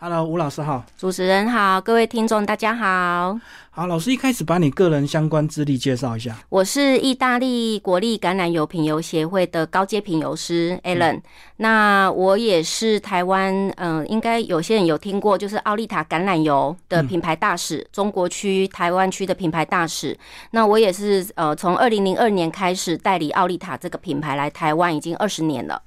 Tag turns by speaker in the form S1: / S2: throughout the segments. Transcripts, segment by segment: S1: Hello，吴老师好。
S2: 主持人好，各位听众大家好，
S1: 好，老师一开始把你个人相关资历介绍一下。
S2: 我是意大利国立橄榄油品油协会的高阶品油师 Alan、那我也是台湾，嗯、应该有些人有听过，就是奥利塔橄榄油的品牌大使，中国区、台湾区的品牌大使。那我也是呃，从二零零二年开始代理奥利塔这个品牌来台湾，已经二十年了。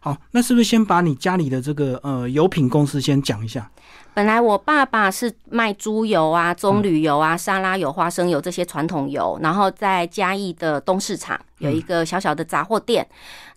S1: 好，那是不是先把你家里的这个呃油品公司先讲一下？
S2: 本来我爸爸是卖猪油啊、棕榈油啊、沙拉油、花生油这些传统油，然后在嘉义的东市场有一个小小的杂货店。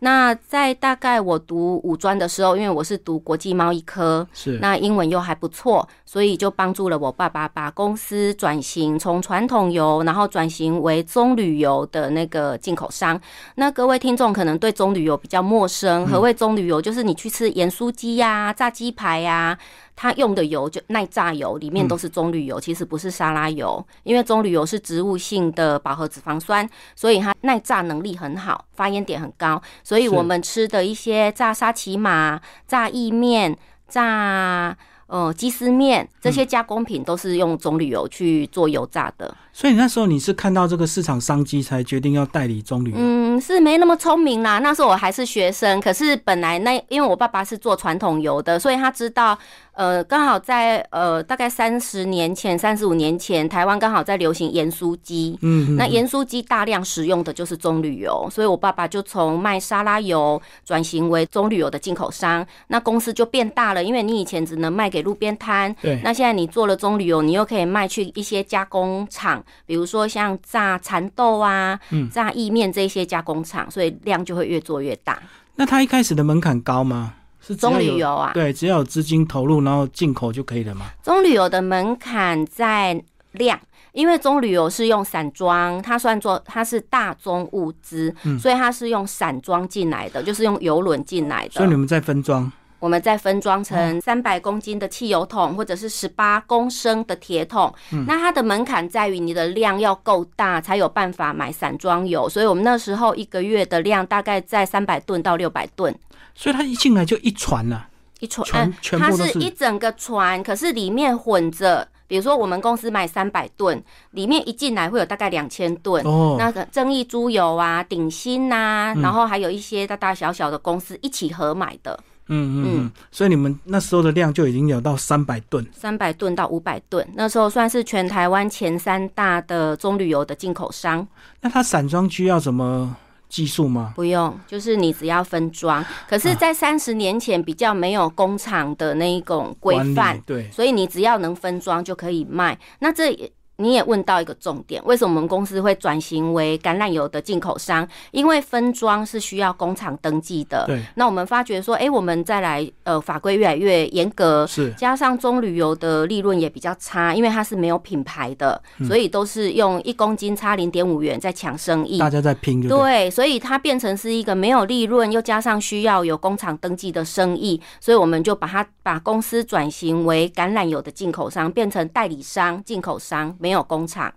S2: 那在大概我读五专的时候，因为我是读国际贸易科，
S1: 是，
S2: 那英文又还不错，所以就帮助了我爸爸把公司转型，从传统油，然后转型为棕榈油的那个进口商。那各位听众可能对棕榈油比较陌生，何谓棕榈油？就是你去吃盐酥鸡呀、炸鸡排呀、它用的油就耐炸油，里面都是棕榈油，其实不是沙拉油，因为棕榈油是植物性的饱和脂肪酸，所以它耐炸能力很好，发烟点很高，所以
S1: 是
S2: 我们吃的一些炸沙琪玛、炸意面、炸呃鸡丝面这些加工品都是用棕榈油去做油炸的。
S1: 所以你那时候你是看到这个市场商机才决定要代理棕榈油。
S2: 嗯，是没那么聪明啦。那时候我还是学生，可是本来那因为我爸爸是做传统油的，所以他知道，呃，刚好在呃大概三十年前、三十五年前，台湾刚好在流行盐酥鸡。
S1: 嗯，嗯
S2: 那盐酥鸡大量使用的就是棕榈油，所以我爸爸就从卖沙拉油转型为棕榈油的进口商，那公司就变大了，因为你以前只能卖给路边摊，
S1: 对，
S2: 那现在你做了棕榈油，你又可以卖去一些加工厂，比如说像炸蚕豆啊、炸意面这些加工厂，所以量就会越做越大。
S1: 那它一开始的门槛高吗？是只
S2: 棕
S1: 要
S2: 榈
S1: 有
S2: 油啊，
S1: 嗯对，只要有资金投入，然后进口就可以了嘛。
S2: 棕榈油的门槛在量。因为棕榈油是用散装，它算作它是大宗物资，所以它是用散装进来的，就是用油轮进来的。
S1: 所以你们在分装，
S2: 我们再分装成
S1: 嗯
S2: 三百公斤的汽油桶，或者是十八公升的铁桶。
S1: 嗯
S2: 那它的门槛在于你的量要够大，才有办法买散装油。所以我们那时候一个月的量大概在三百吨到六百吨
S1: 所以它一进来就一船呐、
S2: 一船。
S1: 全
S2: 嗯
S1: 全
S2: 它
S1: 部都
S2: 是
S1: 是
S2: 一整个船，可是里面混着，比如说我们公司买三百吨，里面一进来会有大概两千吨。
S1: 哦，嗯
S2: 那个正义猪油啊、鼎新呐、然后还有一些大大小小的公司一起合买的，
S1: 嗯嗯嗯，所以你们那时候的量就已经有到三百吨。
S2: 三百吨到五百吨，那时候算是全台湾前三大的棕榈油的进口商。
S1: 那它散装需要什么技术吗？
S2: 不用，就是你只要分装。可
S1: 啊
S2: 是，在三十年前比较没有工厂的那一种规
S1: 管理
S2: 范，
S1: 对，
S2: 所以你只要能分装就可以卖。那这也你也问到一个重点，为什么我们公司会转型为橄榄油的进口商？因为分装是需要工厂登记的。
S1: 对，
S2: 那我们发觉说，诶，我们再来，呃，法规越来越严格，
S1: 是
S2: 加上棕榈油的利润也比较差，因为它是没有品牌的，
S1: 嗯
S2: 所以都是用一公斤差零点五元在抢生意
S1: 大。家在拼就对了。
S2: 对，所以它变成是一个没有利润，又加上需要有工厂登记的生意，所以我们就把它把公司转型为橄榄油的进口商，变成代理商、进口商，没有工厂。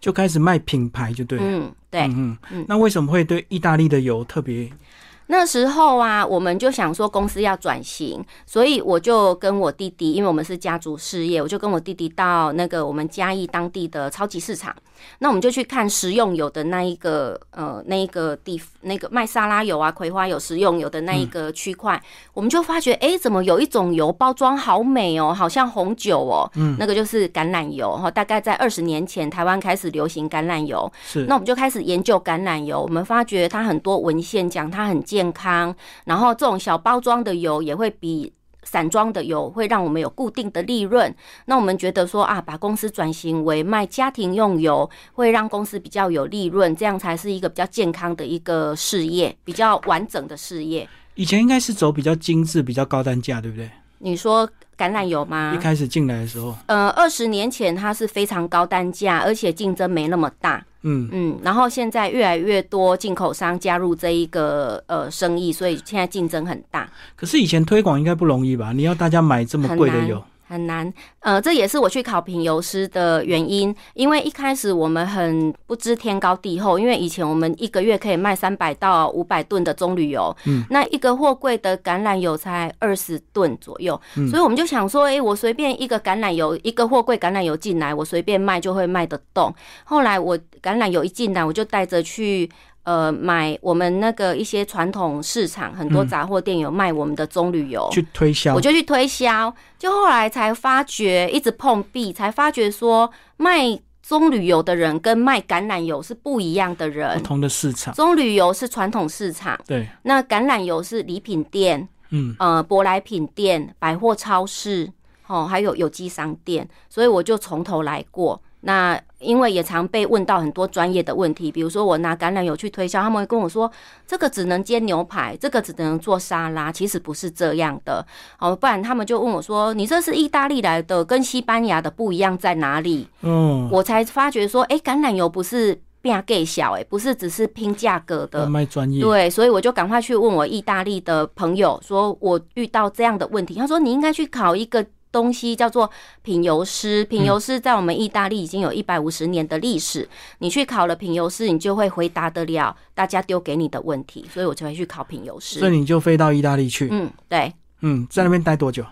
S1: 就开始卖品牌就对了。
S2: 嗯，对。
S1: 嗯嗯，那为什么会对意大利的油特别？
S2: 那时候啊，我们就想说公司要转型，所以我就跟我弟弟，因为我们是家族事业，我就跟我弟弟到那个我们嘉义当地的超级市场，那我们就去看食用油的那一个呃那一个地那个卖沙拉油啊、葵花油食用油的那一个区块，我们就发觉诶，怎么有一种油包装好美哦，好像红酒哦，嗯，那个就是橄榄油哈，大概在二十年前台湾开始流行橄榄油，
S1: 是
S2: 那我们就开始研究橄榄油，我们发觉它很多文献讲它很健康，然后这种小包装的油也会比。散装的油会让我们有固定的利润，那我们觉得说啊，把公司转型为卖家庭用油，会让公司比较有利润，这样才是一个比较健康的一个事业，比较完整的事业。
S1: 以前应该是走比较精致、比较高单价，对不对？
S2: 你说橄榄油吗？
S1: 一开始进来的时候，
S2: 呃，二十年前它是非常高单价，而且竞争没那么大。
S1: 嗯，
S2: 嗯，然后现在越来越多进口商加入这一个呃生意，所以现在竞争很大，
S1: 可是以前推广应该不容易吧？你要大家买这么贵的油，
S2: 很难。呃，这也是我去考品油师的原因，因为一开始我们很不知天高地厚，因为以前我们一个月可以卖三百到五百吨的棕榈油，
S1: 嗯
S2: 那一个货柜的橄榄油才二十吨左右，
S1: 嗯
S2: 所以我们就想说，诶，我随便一个橄榄油，一个货柜橄榄油进来，我随便卖就会卖得动。后来我橄榄油一进来，我就带着去。呃，买我们那个一些传统市场，很多
S1: 嗯
S2: 杂货店有卖我们的棕榈油，
S1: 去推销
S2: 我，就去推销，就后来才发觉，一直碰壁，才发觉说卖棕榈油的人跟卖橄榄油是不一样的
S1: 不
S2: 人。
S1: 同的市场。
S2: 棕榈油是传统市场，
S1: 对，
S2: 那橄榄油是礼品店、
S1: 嗯，
S2: 呃舶来品店、百货超市，哦，还有有机商店，所以我就从头来过。那因为也常被问到很多专业的问题，比如说我拿橄榄油去推销，他们会跟我说这个只能煎牛排，这个只能做沙拉，其实不是这样的哦，不然他们就问我说你这是意大利来的，跟西班牙的不一样在哪里？
S1: 哦，
S2: 我才发觉说，哎、橄榄油不是变 gay 小、诶，哎，不是只是拼价格的
S1: 要，卖专业，
S2: 呃对，所以我就赶快去问我意大利的朋友，说我遇到这样的问题，他说你应该去考一个。东西叫做品油师，品油师在我们意大利已经有一百五十年的历史。你去考了品油师，你就会回答得了大家丢给你的问题，所以我才会去考品油
S1: 所以
S2: 师。
S1: 你就飞到意大利去，
S2: 嗯，对，
S1: 嗯，在那边待多久？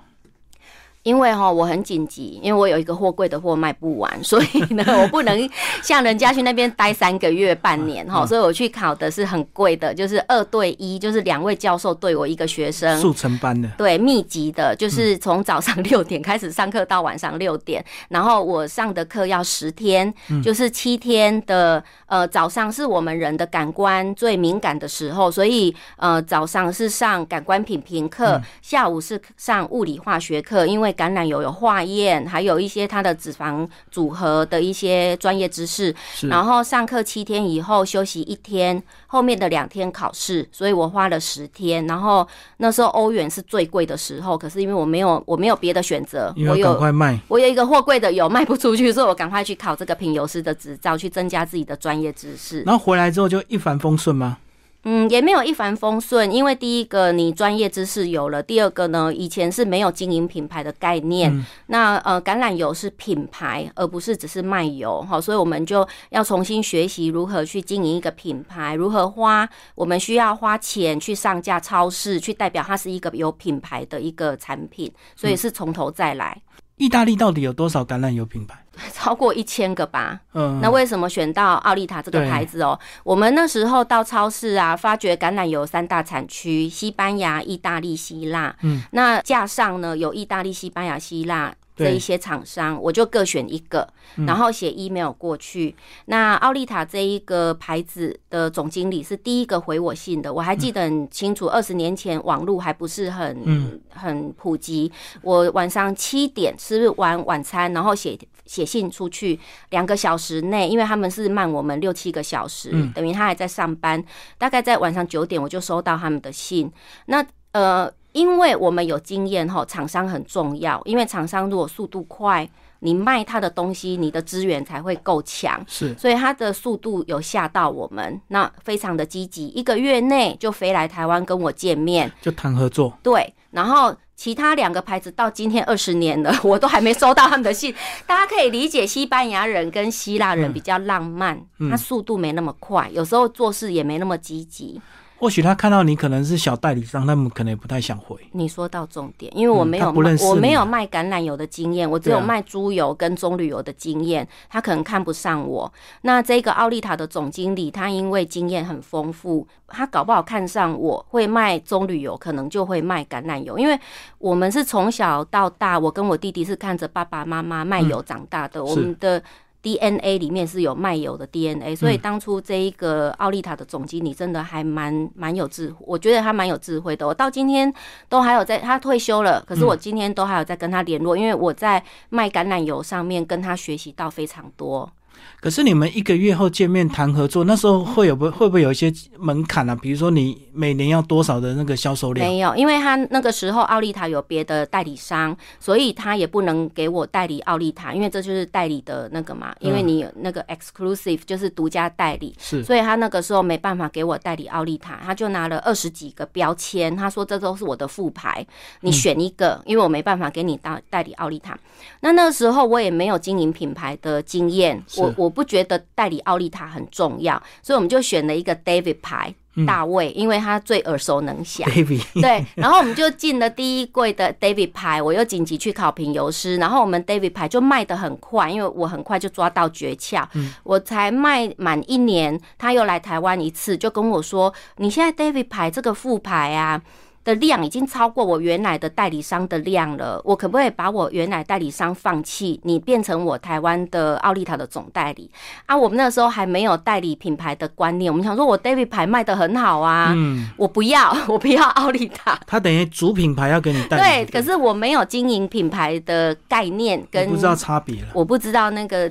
S2: 因为哈我很紧急，因为我有一个货柜的货卖不完，所以呢我不能像人家去那边待三个月、半年哈，所以我去考的是很贵的，就是二对一，就是两位教授对我一个学生，
S1: 速成班的，
S2: 对，密集的，就是从早上六点开始上课到晚上六点， 然后我上的课要十天，就是七天的。呃，早上是我们人的感官最敏感的时候，所以呃，早上是上感官品评课，下午是上物理化学课，因为橄榄油有化验，还有一些它的脂肪组合的一些专业知识，
S1: 是
S2: 然后上课七天以后休息一天，后面的两天考试，所以我花了十天。然后那时候欧元是最贵的时候，可是因为我没有我没有别的选择，
S1: 因
S2: 我
S1: 为要赶
S2: 有
S1: 快卖，
S2: 我有一个货柜的油卖不出去，所以我赶快去考这个品油师的执照，去增加自己的专业知识。
S1: 然后回来之后就一帆风顺吗？
S2: 嗯，也没有一帆风顺，因为第一个你专业知识有了，第二个呢，以前是没有经营品牌的概念。那呃，橄榄油是品牌，而不是只是卖油哈，所以我们就要重新学习如何去经营一个品牌，如何花我们需要花钱去上架超市，去代表它是一个有品牌的一个产品，所以是从头再来，
S1: 意大利到底有多少橄榄油品牌？
S2: 超过一千个吧。
S1: 嗯，
S2: 那为什么选到奥利塔这个
S1: 对
S2: 牌子哦？我们那时候到超市啊，发觉橄榄油三大产区：西班牙、意大利、希腊。
S1: 嗯，
S2: 那架上呢有意大利、西班牙、希腊。
S1: 对
S2: 这一些厂商，我就各选一个，
S1: 嗯
S2: 然后写 email 过去。那奥利塔这一个牌子的总经理是第一个回我信的，我还记得很清楚。二十年前网络还不是很、
S1: 嗯
S2: 很普及，我晚上七点吃完晚餐，然后写写信出去，两个小时内，因为他们是慢我们六七个小时，
S1: 嗯
S2: 等于他还在上班。大概在晚上九点我就收到他们的信。那呃，因为我们有经验哈，厂商很重要，因为厂商如果速度快，你卖他的东西，你的资源才会够强。
S1: 是
S2: 所以他的速度有吓到我们，那非常的积极，一个月内就飞来台湾跟我见面。
S1: 就谈合作，
S2: 对，然后其他两个牌子到今天二十年了， 我都还没收到他们的信。大家可以理解，西班牙人跟希腊人比较浪漫，
S1: 嗯
S2: 他速度没那么快，有时候做事也没那么积极。
S1: 或许他看到你可能是小代理商，他们可能也不太想回。
S2: 你说到重点，因为我没
S1: 嗯
S2: 有
S1: 他不
S2: 卖、
S1: 认识你
S2: 我没有卖橄榄油的经验，我只有
S1: 对啊
S2: 卖猪油跟棕榈油的经验，他可能看不上我。那这个奥利塔的总经理，他因为经验很丰富，他搞不好看上我会卖棕榈油，可能就会卖橄榄油，因为我们是从小到大，我跟我弟弟是看着爸爸妈妈卖油长大的，我
S1: 是
S2: 们的。DNA 里面是有卖油的 DNA，所以当初这一个奥利塔的总经理真的还蛮蛮有智慧，我觉得他蛮有智慧的。我到今天都还有在，他退休了，可是我今天都还有在跟他联络，因为我在卖橄榄油上面跟他学习到非常多。
S1: 可是你们一个月后见面谈合作，那时候会有不会不会有一些门槛啊？比如说你每年要多少的那个销售量？
S2: 没有，因为他那个时候奥利塔有别的代理商，所以他也不能给我代理奥利塔，因为这就是代理的那个嘛，因为你有那个 exclusive 就是独家代理，
S1: 嗯是
S2: 所以他那个时候没办法给我代理奥利塔，他就拿了二十几个标签，他说这都是我的副牌，你选一
S1: 嗯
S2: 个，因为我没办法给你代代理奥利塔。那那个时候我也没有经营品牌的经验，
S1: 是
S2: 我我不觉得代理奥利塔很重要，所以我们就选了一个 David 牌。
S1: 嗯
S2: 大卫，因为他最耳熟能详，
S1: baby，
S2: 对，然后我们就进了第一柜的 David 牌，我又紧急去考评油师，然后我们 David 牌就卖得很快，因为我很快就抓到诀窍，我才卖满一年，他又来台湾一次，就跟我说，你现在 David 牌这个副牌啊。的量已经超过我原来的代理商的量了，我可不可以把我原来代理商放弃，你变成我台湾的奥利塔的总代理啊？我们那时候还没有代理品牌的观念，我们想说我 David 牌卖得很好啊，
S1: 嗯，
S2: 我不要， 我不要奥利塔。
S1: 他等于主品牌要给你代
S2: 对，
S1: 理，
S2: 可是我没有经营品牌的概念，跟
S1: 我不知道差别了。
S2: 我不知道那个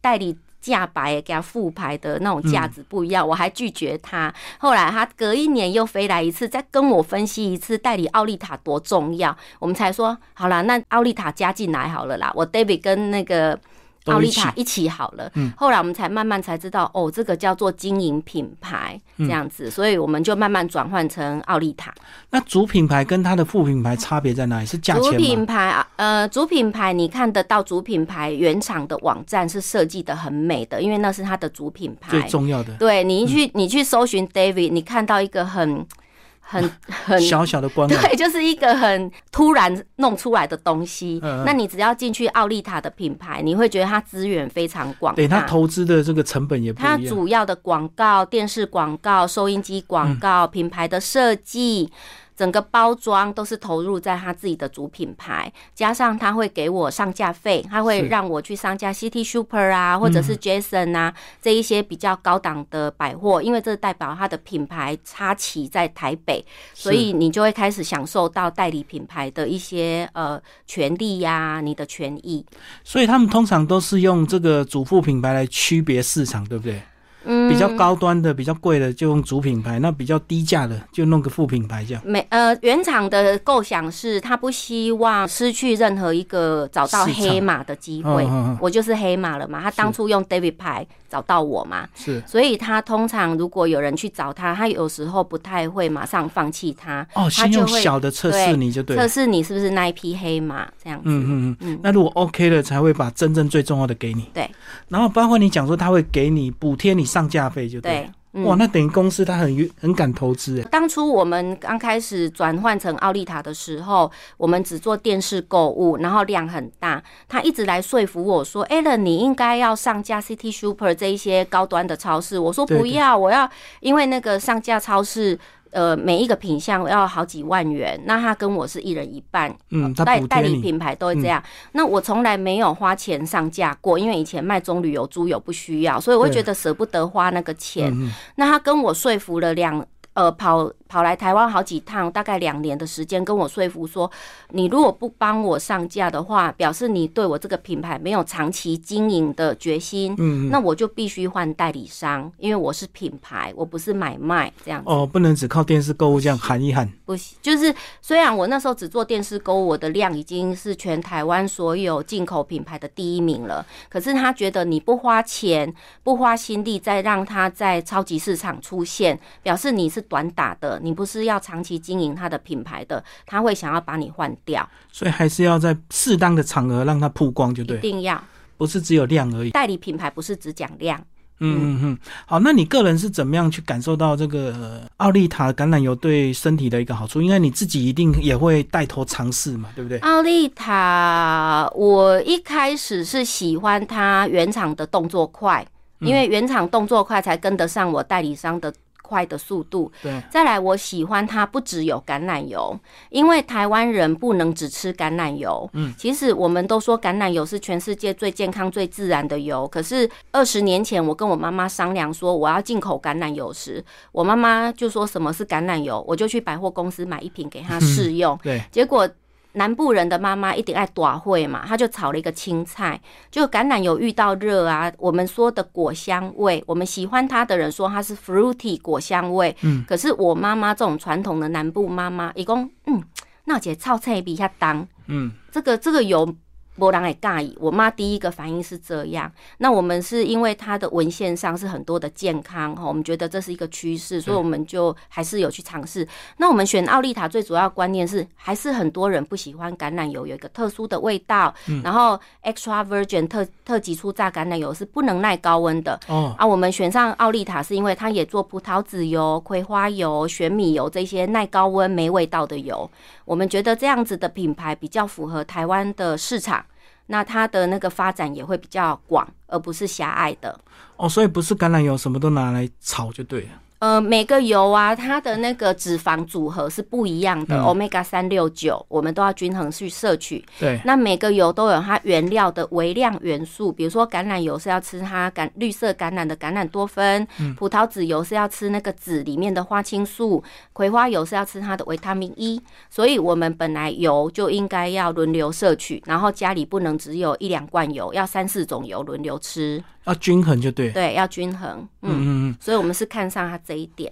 S2: 代理价白给他复牌的那种价值不一样，我还拒绝他。后来他隔一年又飞来一次，再跟我分析一次代理奥利塔多重要，我们才说好啦，那奥利塔加进来好了啦，我 David 跟那个。奥
S1: 都一
S2: 利
S1: 起
S2: 塔一起好了，
S1: 嗯
S2: 后来我们才慢慢才知道，哦，这个叫做经营品牌
S1: 嗯
S2: 这样子，所以我们就慢慢转换成奥利塔。
S1: 那主品牌跟它的副品牌差别在哪里？是价
S2: 主
S1: 钱吗？
S2: 品牌啊，呃，主品牌你看得到主品牌原厂的网站是设计的很美的，因为那是它的主品
S1: 最
S2: 牌。
S1: 重要的
S2: 对你一去、你去搜寻 David，你看到一个很 很很。
S1: 小小的官网，
S2: 对， 就是一个很突然弄出来的东西。
S1: 嗯嗯
S2: 那你只要进去奥利塔的品牌，你会觉得它资源非常广
S1: 对它
S2: 大。
S1: 投资的这个成本也不
S2: 它
S1: 一样。
S2: 主要的广告、电视广告、收音机广
S1: 嗯
S2: 告、品牌的设计。整个包装都是投入在他自己的主品牌，加上他会给我上架费，他会
S1: 是嗯
S2: 让我去上架 City Super 啊，或者是 Jason 啊、这一些比较高档的百货，因为这代表他的品牌插旗在台北，所
S1: 是
S2: 以你就会开始享受到代理品牌的一些呃权利呀、你的权益。
S1: 所以他们通常都是用这个主副品牌来区别市场，对不对？
S2: 嗯，
S1: 比较高端的、比较贵的就用主品牌，那比较低价的就弄个副品牌这样。
S2: 没呃，原厂的构想是他不希望失去任何一个找到
S1: 市场
S2: 黑马的机
S1: 嗯
S2: 会。
S1: 嗯嗯，
S2: 我就是黑马了嘛，他当初用 David 牌找到我嘛，
S1: 是
S2: 所以他通常如果有人去找他，他有时候不太会马上放弃他，
S1: 哦，
S2: 他
S1: 先
S2: 就
S1: 用
S2: 会
S1: 小的测试你就对了
S2: 测。试你是不是那一匹黑马这样子。
S1: 嗯嗯嗯
S2: 嗯，
S1: 那如果 OK 了，才会把真正最重要的给你。
S2: 对，
S1: 然后包括你讲说他会给你补贴你上架费，就对了。
S2: 对，嗯
S1: 哇，那等于公司他很很敢投资哎，
S2: 当初我们刚开始转换成奥利塔的时候，我们只做电视购物，然后量很大。他一直来说服我说 a l a n 你应该要上架 City Super 这一些高端的超市。”我说：“
S1: 对
S2: 不要，我要因为那个上架超市。”呃，每一个品项要好几万元，那他跟我是一人一半，
S1: 嗯，他
S2: 代
S1: 补
S2: 哦代
S1: 贴
S2: 理
S1: 你，嗯
S2: 品牌都会这样。那我从来没有花钱上架过，因为以前卖棕榈油、猪油不需要，所以我会
S1: 对
S2: 觉得舍不得花那个钱。
S1: 嗯嗯，
S2: 那他跟我说服了两呃跑跑来台湾好几趟，大概两年的时间，跟我说服说，你如果不帮我上架的话，表示你对我这个品牌没有长期经营的决心。
S1: 嗯
S2: 那我就必须换代理商，因为我是品牌，我不是买卖这样子。
S1: 哦，不能只靠电视购物这样喊一喊，
S2: 不行，就是虽然我那时候只做电视购物，我的量已经是全台湾所有进口品牌的第一名了。可是他觉得你不花钱、不花心力，再让它在超级市场出现，表示你是短打的，你不是要长期经营它的品牌的，他会想要把你换掉，
S1: 所以还是要在适当的场合让它曝光，就
S2: 一
S1: 对，
S2: 定要
S1: 不是只有量而已。
S2: 代理品牌，不是只讲量。
S1: 嗯嗯嗯，好，那你个人是怎么样去感受到这个呃奥利塔橄榄油对身体的一个好处？因为你自己一定也会带头尝试嘛，对不对？
S2: 奥利塔，我一开始是喜欢它原厂的动作快，
S1: 嗯
S2: 因为原厂动作快才跟得上我代理商的快的速度。
S1: 对，
S2: 再来，我喜欢它不只有橄榄油，因为台湾人不能只吃橄榄油。嗯，其实我们都说橄榄油是全世界最健康、最自然的油。可是二十年前，我跟我妈妈商量说我要进口橄榄油时，我妈妈就说什么是橄榄油，我就去百货公司买一瓶给她试用。
S1: 对，
S2: 结果南部人的妈妈一定爱短会嘛，她就炒了一个青菜，就橄榄油遇到热啊，我们说的果香味，我们喜欢它的人说它是 fruity 果香味，嗯，可是我妈妈这种传统的南部妈妈，一共嗯，那姐炒菜比较当，
S1: 嗯，
S2: 这个这个油。波兰也尬意，我妈第一个反应是这样。那我们是因为它的文献上是很多的健康哈，我们觉得这是一个趋势，所以我们就还是有去尝试。那我们选奥利塔最主要观念是，还是很多人不喜欢橄榄油有一个特殊的味道，然后 extra virgin 特特级初榨橄榄油是不能耐高温的。
S1: 哦，
S2: 啊，我们选上奥利塔是因为它也做葡萄籽油、葵花油、玄米油这些耐高温没味道的油。我们觉得这样子的品牌比较符合台湾的市场，那它的那个发展也会比较广，而不是狭隘的。
S1: 哦，所以不是橄榄油什么都拿来炒就对了。
S2: 呃，每个油啊，它的那个脂肪组合是不一样的、
S1: 嗯
S2: o m e g a 三六九，我们都要均衡去摄取。
S1: 对，
S2: 那每个油都有它原料的微量元素，比如说橄榄油是要吃它橄绿色橄榄的橄榄多酚，葡萄籽油是要吃那个籽里面的花青素，葵花油是要吃它的维他命 E。所以我们本来油就应该要轮流摄取，然后家里不能只有一两罐油，要三四种油轮流吃，
S1: 要啊均衡就对。
S2: 对，要均衡。嗯，
S1: 嗯嗯嗯。
S2: 所以我们是看上它这一点。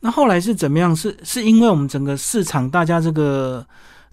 S1: 那后来是怎么样？是是因为我们整个市场大家这个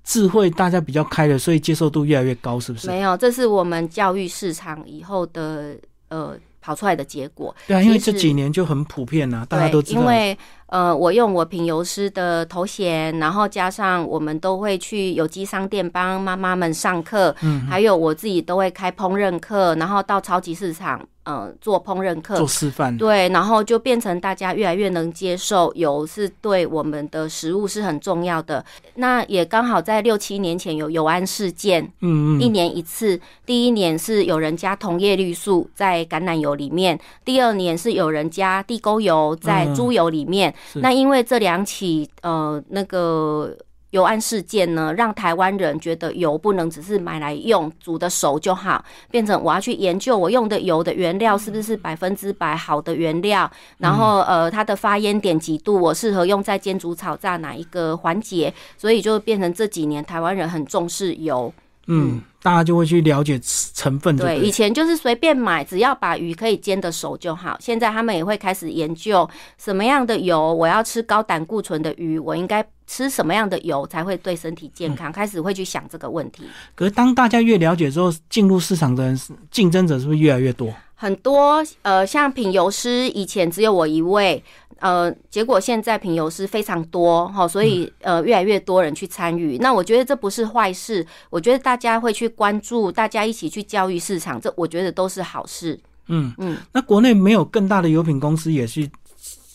S1: 智慧大家比较开了，所以接受度越来越高，是不是？
S2: 没有，这是我们教育市场以后的呃跑出来的结果。
S1: 对啊，因为
S2: 其实
S1: 这几年就很普遍啊啦、大
S2: 对，
S1: 家都知道。
S2: 因为呃，我用我品油师的头衔，然后加上我们都会去有机商店帮妈妈们上课，嗯，还有我自己都会开烹饪课，然后到超级市场，呃，做烹饪课
S1: 做。示范，
S2: 对，然后就变成大家越来越能接受油是对我们的食物是很重要的。那也刚好在六七年前有油安事件，
S1: 嗯
S2: 一
S1: 嗯，
S2: 年一次。第一年是有人加同叶绿素在橄榄油里面，第二年是有人加地沟油在
S1: 嗯
S2: 猪油里面。
S1: 是
S2: 那因为这两起呃那个。油案事件呢，让台湾人觉得油不能只是买来用，煮的熟就好，变成我要去研究我用的油的
S1: 嗯
S2: 原料是不是百分之百好的原料，然后
S1: 嗯
S2: 呃它的发烟点几度，我适合用在煎煮炒炸哪一个环节，所以就变成这几年台湾人很重视油，
S1: 嗯，大家就会去了解成分就
S2: 对，
S1: 嗯对
S2: 以
S1: 了。
S2: 前就是随便买，只要把鱼可以煎的熟就好。现在他们也会开始研究什么样的油，我要吃高胆固醇的鱼，我应该吃什么样的油才会对身体健康，开始会去想这个问题。
S1: 可是当大家越了解之后，进入市场的人是竞争者是不是越来越多？
S2: 很多呃，像品油师以前只有我一位，呃，结果现在品油师非常多哈，所以呃，越来越多人去参与。那我觉得这不是坏事，我觉得大家会去关注，大家一起去教育市场，这我觉得都是好事。
S1: 嗯
S2: 嗯，
S1: 那国内没有更大的油品公司也去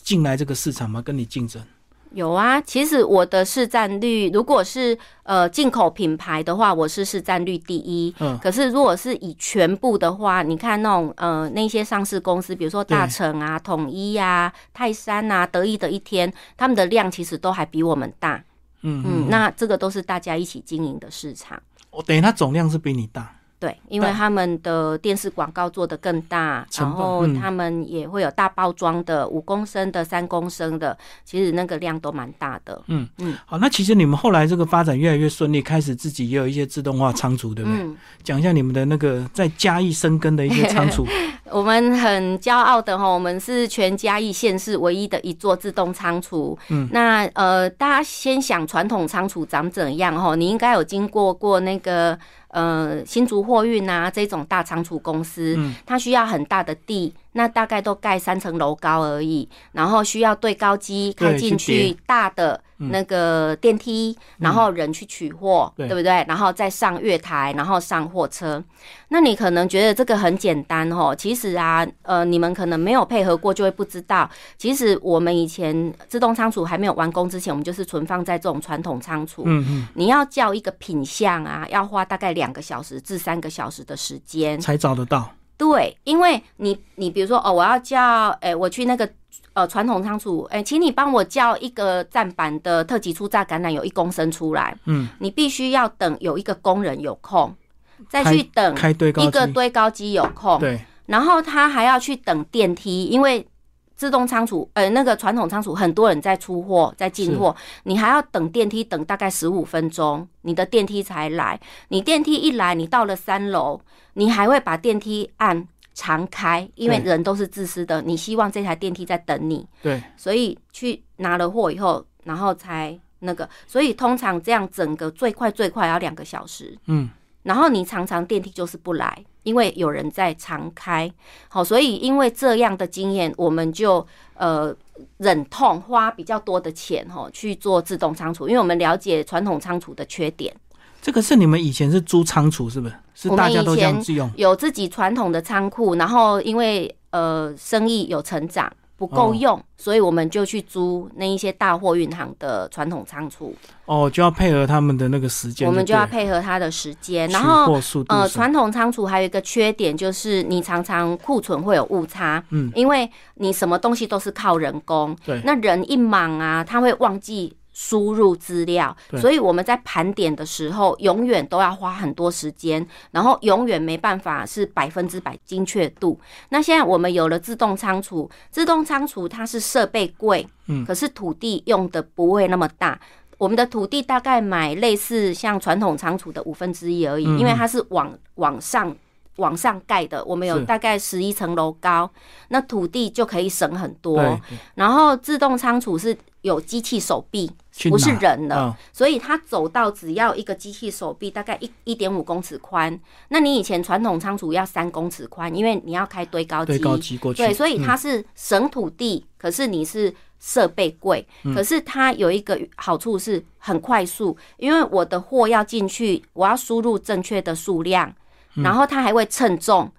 S1: 进来这个市场吗？跟你竞争？
S2: 有啊，其实我的市占率，如果是呃进口品牌的话，我是市占率第一。
S1: 嗯
S2: 可是如果是以全部的话，你看那种呃那些上市公司，比如说大成啊、统一啊、泰山啊、得意的一天，他们的量其实都还比我们大。
S1: 嗯
S2: 嗯，那这个都是大家一起经营的市场。
S1: 我等于它总量是比你大。
S2: 对，因为
S1: 但
S2: 他们的电视广告做得更大，
S1: 成
S2: 然
S1: 本
S2: 后
S1: 嗯
S2: 他们也会有大包装的，五公升的、三公升的，其实那个量都蛮大的。
S1: 好，那其实你们后来这个发展越来越顺利，开始自己也有一些自动化仓储，对不对？
S2: 嗯，
S1: 讲一下你们的那个在嘉义生根的一些仓 储，
S2: 我们很骄傲的哈，我们是全嘉义县市唯一的一座自动仓储。嗯，那呃，大家先想传统仓储长怎样哈？你应该有经过过那个呃新竹货运啊这种大仓储公司，它需要很大的地，那大概都盖三层楼高而已，然后需要对高机
S1: 对
S2: 开进
S1: 去
S2: 去大的。那个电梯，然后人去取货，
S1: 对
S2: 对不对？然后再上月台，然后上货车。那你可能觉得这个很简单哦，其实啊，呃，你们可能没有配合过，就会不知道。其实我们以前自动仓储还没有完工之前，我们就是存放在这种传统仓储。
S1: 嗯嗯，
S2: 你要叫一个品相啊，要花大概两个小时至三个小时的时间。
S1: 才找得到。
S2: 对，因为你你比如说哦，我要叫诶、我去那个呃传统仓储，诶、请你帮我叫一个站板的特级初榨橄榄油一公升出来。
S1: 嗯，
S2: 你必须要等有一个工人有空，再去等
S1: 开堆高
S2: 一
S1: 机
S2: 个，堆高机有空，
S1: 对，
S2: 然后他还要去等电梯，因为自动仓储，呃，那个传统仓储很多人在出货，在进货，你还要等电梯，等大概十五分钟，你的电梯才来。你电梯一来，你到了三楼，你还会把电梯按常开，因为
S1: 对
S2: 人都是自私的，你希望这台电梯在等你，
S1: 对，
S2: 所以去拿了货以后，然后才那个，所以通常这样整个最快最快要两个小时，
S1: 嗯，
S2: 然后你常常电梯就是不来，因为有人在常开，好，所以因为这样的经验，我们就呃忍痛花比较多的钱哈去做自动仓储，因为我们了解传统仓储的缺点。
S1: 这个是你们以前是租仓储是不是？是
S2: 我们
S1: 大家都
S2: 以
S1: 这
S2: 前
S1: 样子用，
S2: 有自己传统的仓库，然后因为呃生意有成长不够
S1: 嗯
S2: 用，所以我们就去租那一些大货运行的传统仓储，
S1: 哦，就要配合他们的那个时间对了，
S2: 我们就要配合它的时间，然
S1: 取
S2: 后。
S1: 货速度
S2: 呃，
S1: 什么
S2: 传统仓储还有一个缺点就是，你常常库存会有误差，
S1: 嗯，
S2: 因为你什么东西都是靠人工，
S1: 对
S2: 那人一忙啊，他会忘记输入资料，
S1: 对
S2: 所以我们在盘点的时候，永远都要花很多时间，然后永远没办法是百分之百精确度。那现在我们有了自动仓储，自动仓储它是设备贵，
S1: 嗯
S2: 可是土地用的不会那么大。我们的土地大概买类似像传统仓储的五分之一而已，
S1: 嗯
S2: 因为它是往往上往上盖的，我们有
S1: 是
S2: 大概十一层楼高，那土地就可以省很多。
S1: 对对
S2: 然后自动仓储是有机器手臂，
S1: 去
S2: 不是
S1: 拿
S2: 人了，
S1: 啊
S2: 所以它走到只要一个机器手臂大概一一点五公尺宽。那你以前传统仓储要三公尺宽，因为你要开堆高
S1: 对
S2: 机，
S1: 高级过去，
S2: 对，所以
S1: 嗯
S2: 它是省土地，可是你是设备贵，
S1: 嗯
S2: 可是它有一个好处是很快速，因为我的货要进去，我要输入正确的数量，
S1: 嗯
S2: 然后它还会称重，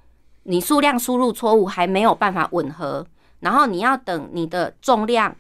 S2: 你数量输入错误还没有办法吻合，然后你要等你的重量。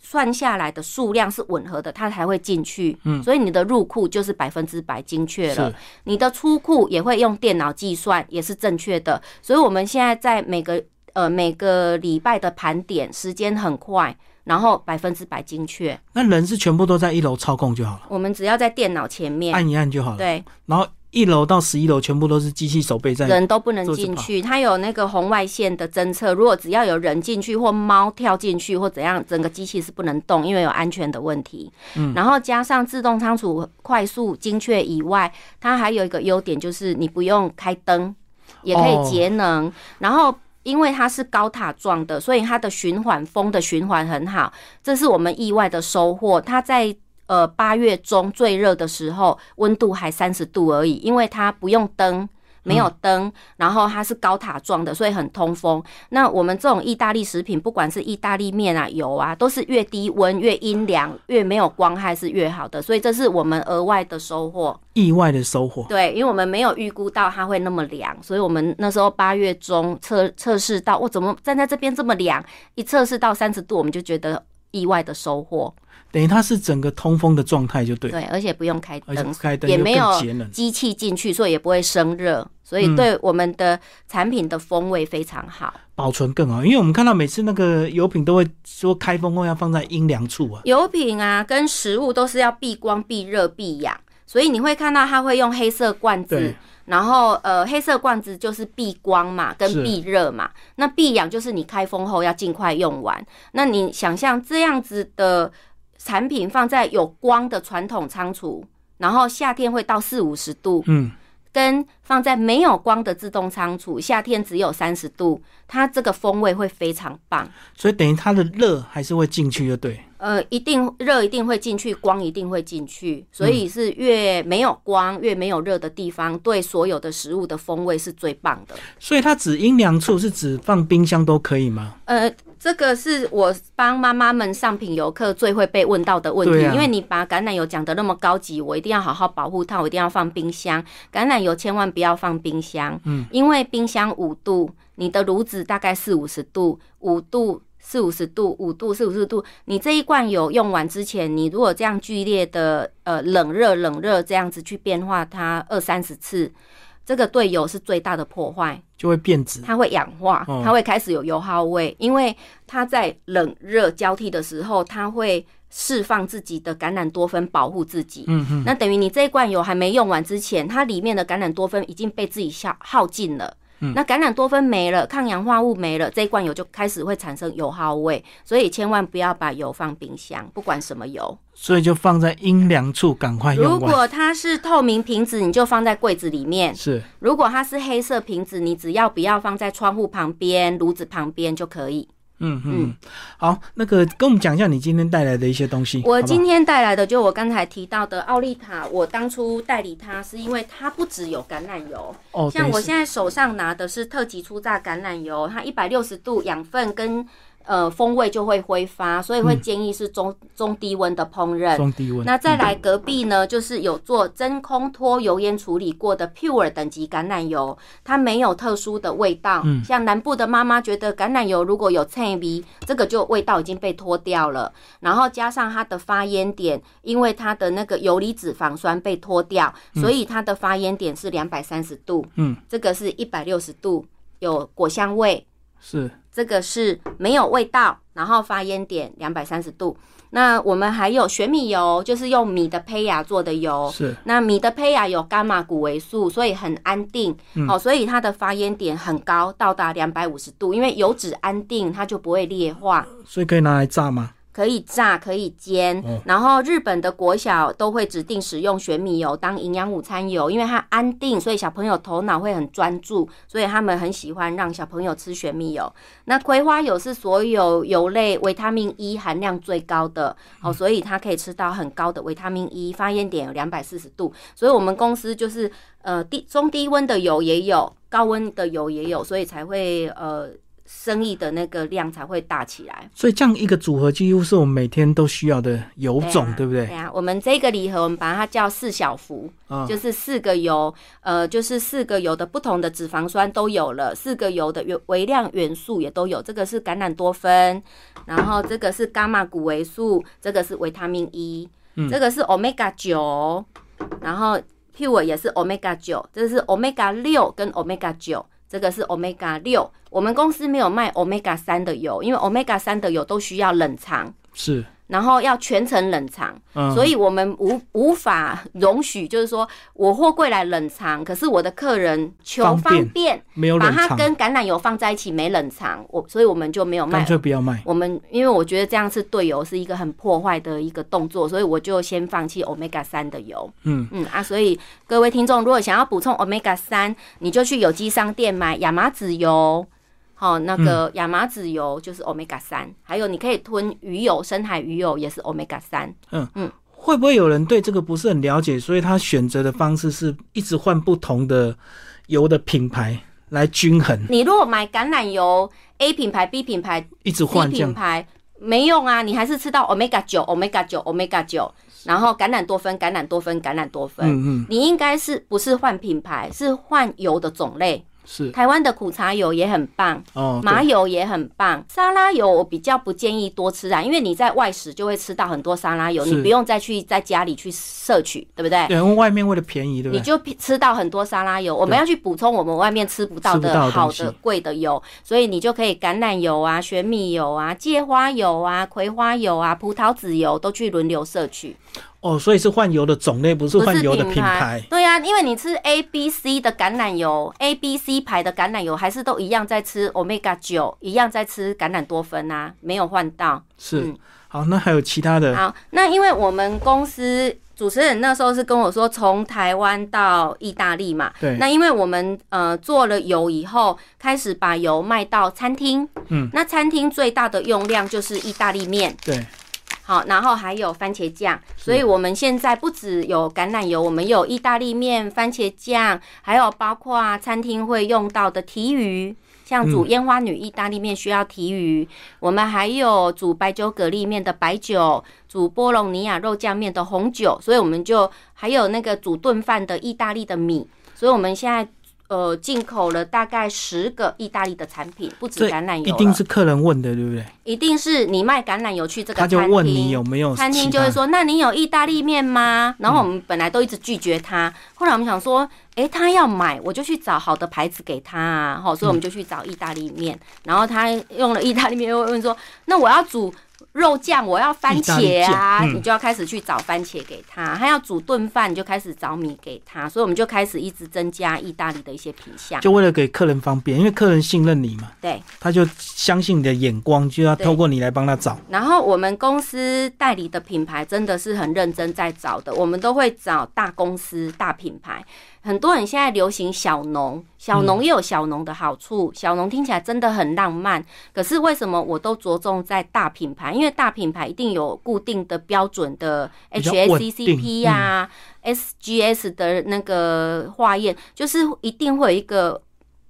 S2: 算下来的数量是吻合的，它才会进去。嗯，所以你的入库就是百分之百精确了
S1: 是。
S2: 你的出库也会用电脑计算，也是正确的。所以我们现在在每个呃每个礼拜的盘点时间很快，然后百分之百精确。
S1: 那人是全部都在一楼操控就好了，
S2: 我们只要在电脑前面，
S1: 按一按就好了，
S2: 对，
S1: 然后一楼到十一楼全部都是机器手背在
S2: 人都不能
S1: 做这
S2: 进
S1: 跑
S2: 去。它有那个红外线的侦测，如果只要有人进去或猫跳进去或怎样，整个机器是不能动，因为有安全的问题。嗯，然后加上自动仓储快速精确以外，它还有一个优点就是你不用开灯，也可
S1: 哦
S2: 以节能。然后因为它是高塔状的，所以它的循环风的循环很好，这是我们意外的收获。它在呃八月中最热的时候，温度还三十度而已，因为它不用灯。没有灯，然后它是高塔状的，所以很通风。那我们这种意大利食品，不管是意大利面啊、油啊，都是越低温、越阴凉、越没有光害是越好的，所以这是我们额外的收获。
S1: 意外的收获，
S2: 对，因为我们没有预估到它会那么凉，所以我们那时候八月中测测试到，我怎么站在这边这么凉？一测试到三十度，我们就觉得意外的收获。
S1: 等于它是整个通风的状态就对了，
S2: 对，而且不用开
S1: 而且不
S2: 灯，
S1: 开灯
S2: 也
S1: 又
S2: 没
S1: 更
S2: 有
S1: 节能嗯
S2: 机器进去，所以也不会生热，所以对我们的产品的风味非常好。
S1: 保存更好，因为我们看到每次那个油品都会说开封后要放在阴凉处啊，
S2: 油品啊，跟食物都是要避光、避热、避氧，所以你会看到它会用黑色罐子
S1: 对，
S2: 然后呃，黑色罐子就是避光嘛，
S1: 是
S2: 跟避热嘛。那避氧就是你开封后要尽快用完。那你想象这样子的产品放在有光的传统仓储，然后夏天会到四五十度，
S1: 嗯，
S2: 跟放在没有光的自动仓储，夏天只有三十度，它这个风味会非常棒。
S1: 所以等于它的热还是会进去就对，
S2: 呃，一定热一定会进去，光一定会进去，所以是越没有光越没有热的地方，对所有的食物的风味是最棒的。
S1: 所以它指阴凉处是指放冰箱都可以吗？
S2: 呃，这个是我帮妈妈们上品游客最会被问到的问题，
S1: 对啊
S2: 因为你把橄榄油讲的那么高级，我一定要好好保护它，我一定要放冰箱。橄榄油千万不要放冰箱，嗯，因为冰箱五度，你的炉子大概四五十度，五度。四五十度，五度，四五十度。你这一罐油用完之前，你如果这样剧烈的呃冷热冷热这样子去变化它二三十次，这个对油是最大的破坏。
S1: 就会变质，
S2: 它会氧化
S1: 哦，
S2: 它会开始有油耗味，因为它在冷热交替的时候，它会释放自己的橄榄多酚保护自己。
S1: 嗯嗯，
S2: 那等于你这一罐油还没用完之前，它里面的橄榄多酚已经被自己消耗尽了，
S1: 嗯
S2: 那橄榄多酚没了，抗氧化物没了，这一罐油就开始会产生油耗味，所以千万不要把油放冰箱，不管什么油。
S1: 所以就放在阴凉处，赶快
S2: 如
S1: 用完。
S2: 果它是透明瓶子，你就放在柜子里面；
S1: 是
S2: 如果它是黑色瓶子，你只要不要放在窗户旁边、炉子旁边就可以。
S1: 嗯嗯，好，那个跟我们讲一下你今天带来的一些东西。
S2: 我
S1: 好不好
S2: 今天带来的就我刚才提到的奥利塔，我当初代理它是因为它不只有橄榄油，
S1: 哦，
S2: 像
S1: 等于
S2: 我
S1: 是
S2: 现在手上拿的是特级初榨橄榄油，它一百六十度养分跟呃风味就会挥发，所以
S1: 嗯
S2: 会建议是中、中低温的烹饪。
S1: 中低温，
S2: 那再来隔壁呢，就是有做真空脱油烟处理过的 Pure 等级橄榄油，它没有特殊的味道。像南部的妈妈觉得橄榄油如果有菜味，这个就味道已经被脱掉了。然后加上它的发烟点，因为它的那个游离脂肪酸被脱掉，所以它的发烟点是两百三十度，
S1: 嗯，
S2: 这个是一百六十度，有果香味，
S1: 是
S2: 这个是没有味道，然后发烟点两百三十度。那我们还有玄米油，就是用米的胚芽做的油。
S1: 是
S2: 那米的胚芽有伽马谷维素，所以很安定。哦，所以它的发烟点很高，到达两百五十度，因为油脂安定，它就不会裂化。
S1: 所以可以拿来炸吗？
S2: 可以炸，可以煎，然后日本的国小都会指定使用玄米油当营养午餐油，因为它安定，所以小朋友头脑会很专注，所以他们很喜欢让小朋友吃玄米油。那葵花油是所有油类维他命 E 含量最高的，哦，所以它可以吃到很高的维他命 E，发烟点有两百四十度，所以我们公司就是呃低中低温的油也有，高温的油也有，所以才会呃生意的那个量才会大起来。
S1: 所以这样一个组合几乎是我们每天都需要的油种，对不对
S2: 对？啊，我们这个礼盒我们把它叫四小福，
S1: 啊，
S2: 就是四个油，呃，就是四个油的不同的脂肪酸都有了，四个油的原微量元素也都有。这个是橄榄多酚，然后这个是伽马谷维素，这个是维他命 E，、这个是 omega 九，然后 pure 也是 omega 九，这是 omega 六跟 omega 九。这个是 omega 六，我们公司没有卖 omega 三的油，因为 omega 三的油都需要冷藏，
S1: 是，
S2: 然后要全程冷藏，
S1: 嗯，
S2: 所
S1: 以
S2: 以我们无无法容许，就是说我货柜来冷藏，可是我的客人求
S1: 方便
S2: 方便，
S1: 没有
S2: 把
S1: 冷
S2: 它
S1: 藏，
S2: 跟橄榄油放在一起没冷藏，我所以我们就没有
S1: 干
S2: 卖。
S1: 脆不要卖。
S2: 我们因为我觉得这样是对油是一个很破坏的一个动作，所以我就先放弃 omega 三的油。
S1: 嗯
S2: 嗯啊，所以各位听众如果想要补充 omega 三，你就去有机商店买亚麻籽油。好、那
S1: 嗯
S2: 个亚麻籽油就是 omega 三，还有你可以吞鱼油，深海鱼油也是 omega 三。
S1: 会不会有人对这个不是很了解，所以他选择的方式是一直换不同的油的品牌来均衡，
S2: 你如果买橄榄油 A 品牌、B 品牌、
S1: 一直
S2: C
S1: 换这
S2: 品
S1: 样？
S2: 牌没用啊，你还是吃到 omega 九、omega 九、omega 九，然后橄榄多酚、橄榄多酚、橄榄多酚。
S1: 嗯嗯，
S2: 你应该是不是换品牌，是换油的种类。
S1: 是
S2: 台湾的苦茶油也很棒，
S1: 哦，
S2: 麻
S1: 对
S2: 油也很棒，沙拉油我比较不建议多吃啊，因为你在外食就会吃到很多沙拉油，
S1: 是
S2: 你不用再去在家里去摄取，对不对？
S1: 对，因为外面为了便宜，对不
S2: 你
S1: 对？
S2: 就吃到很多沙拉油，我们要去补充我们外面吃不到
S1: 吃不到
S2: 的
S1: 的
S2: 好
S1: 东西
S2: 的贵的油，所以你就可以橄榄油啊、玄米油啊、芥花油啊、葵花油啊、葡萄籽油都去轮流摄取，
S1: 哦，所以是换油的种类，不是
S2: 不
S1: 换
S2: 是
S1: 油的
S2: 品
S1: 品牌。
S2: 对啊，因为你吃 A、B、C 的橄榄油，A、B、C 牌的橄榄油还是都一样在吃 omega 九，一样在吃橄榄多酚啊，没有换到。
S1: 是
S2: 嗯，啊
S1: 好，那还有其他的
S2: 好，那因为我们公司主持人那时候是跟我说，从台湾到意大利嘛，
S1: 对
S2: 那因为我们呃做了油以后，开始把油卖到餐厅，
S1: 嗯，
S2: 那餐厅最大的用量就是意大利面，
S1: 对，
S2: 好，然后还有番茄酱，所以我们现在不只有橄榄油，我们有意大利面、番茄酱，还有包括啊餐厅会用到的提鱼，
S1: 嗯
S2: 像煮烟花女意大利面需要提鱼，我们还有煮白酒蛤蜊面的白酒，煮波隆尼亚肉酱面的红酒，所以我们就还有那个煮炖饭的意大利的米，所以我们现在。呃，进口了大概十个意大利的产品，不止
S1: 这
S2: 橄榄油
S1: 一定
S2: 了
S1: 是客人问的，哦对不对？
S2: 一定是你卖橄榄油去这个
S1: 他
S2: 餐
S1: 就
S2: 厅，
S1: 问你哦有没有嗯
S2: 餐厅
S1: 其
S2: 就会
S1: 他
S2: 说：“那你有意大利面吗？”然后我们本来都一直拒绝他，后来我们想说：“诶，他要买，我就去找好的牌子给他啊。”吼，所以我们就去找意大利面，然后他用了意大利面，又问说：“那我要煮肉酱我要番茄
S1: 意
S2: 啊，
S1: 大利酱嗯
S2: 你就要开始去找番茄给他；他要煮炖饭，你就开始找米给他。所以我们就开始一直增加意大利的一些品相。
S1: 就为了给客人方便，因为客人信任你嘛，
S2: 对，
S1: 他就相信你的眼光，就要
S2: 对
S1: 透过你来帮他找。
S2: 然后我们公司代理的品牌真的是很认真在找的，我们都会找大公司、大品牌。很多人现在流行小农，小
S1: 嗯
S2: 农也有小农的好处，小农听起来真的很浪漫。可是为什么我都着重在大品牌？因为大品牌一定有固定的标准的
S1: 比较稳嗯定
S2: HACCP 呀、SGS 的那个化验，就是一定会有一个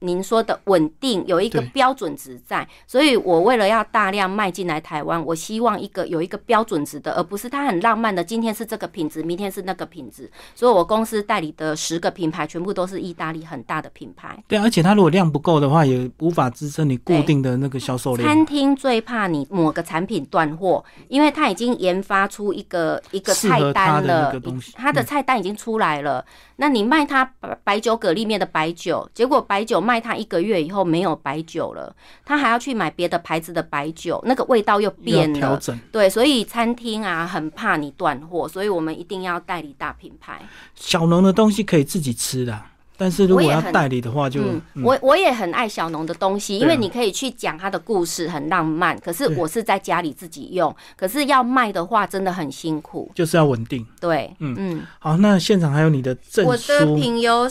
S2: 您说的稳定，有一个
S1: 对
S2: 标准值在。所以我为了要大量卖进来台湾，我希望一个有一个标准值的，而不是它很浪漫的，今天是这个品质，明天是那个品质。所以我公司代理的十个品牌全部都是意大利很大的品牌。
S1: 对，而且它如果量不够的话，也无法支撑你固
S2: 对
S1: 定的那个销售量。
S2: 餐厅最怕你某个产品断货，因为它已经研发出一个一个
S1: 适合
S2: 菜单
S1: 它的那
S2: 了
S1: 个东西，嗯
S2: 它的菜单已经出来了。那你卖它白白酒蛤蜊面的白酒，结果白酒卖它一个月以后没有白酒了，他还要去买别的牌子的白酒，那个味道又
S1: 又要
S2: 变
S1: 调
S2: 了。
S1: 整，
S2: 对，所以餐厅啊很怕你断货，所以我们一定要代理大品牌。
S1: 小农的东西可以自己吃的，啊但是如果
S2: 我也
S1: 要
S2: 很
S1: 代理的话就，
S2: 嗯，
S1: 嗯
S2: 我我也很爱小农的东西，因
S1: 对啊
S2: 为你可以去讲他的故事，很浪漫。可是
S1: 对
S2: 我是在家里自己用，可是要卖的话真的很辛苦。
S1: 就是要稳定。
S2: 对，
S1: 嗯
S2: 嗯
S1: 好，那现场还有你的证
S2: 我的
S1: 书，
S2: 品油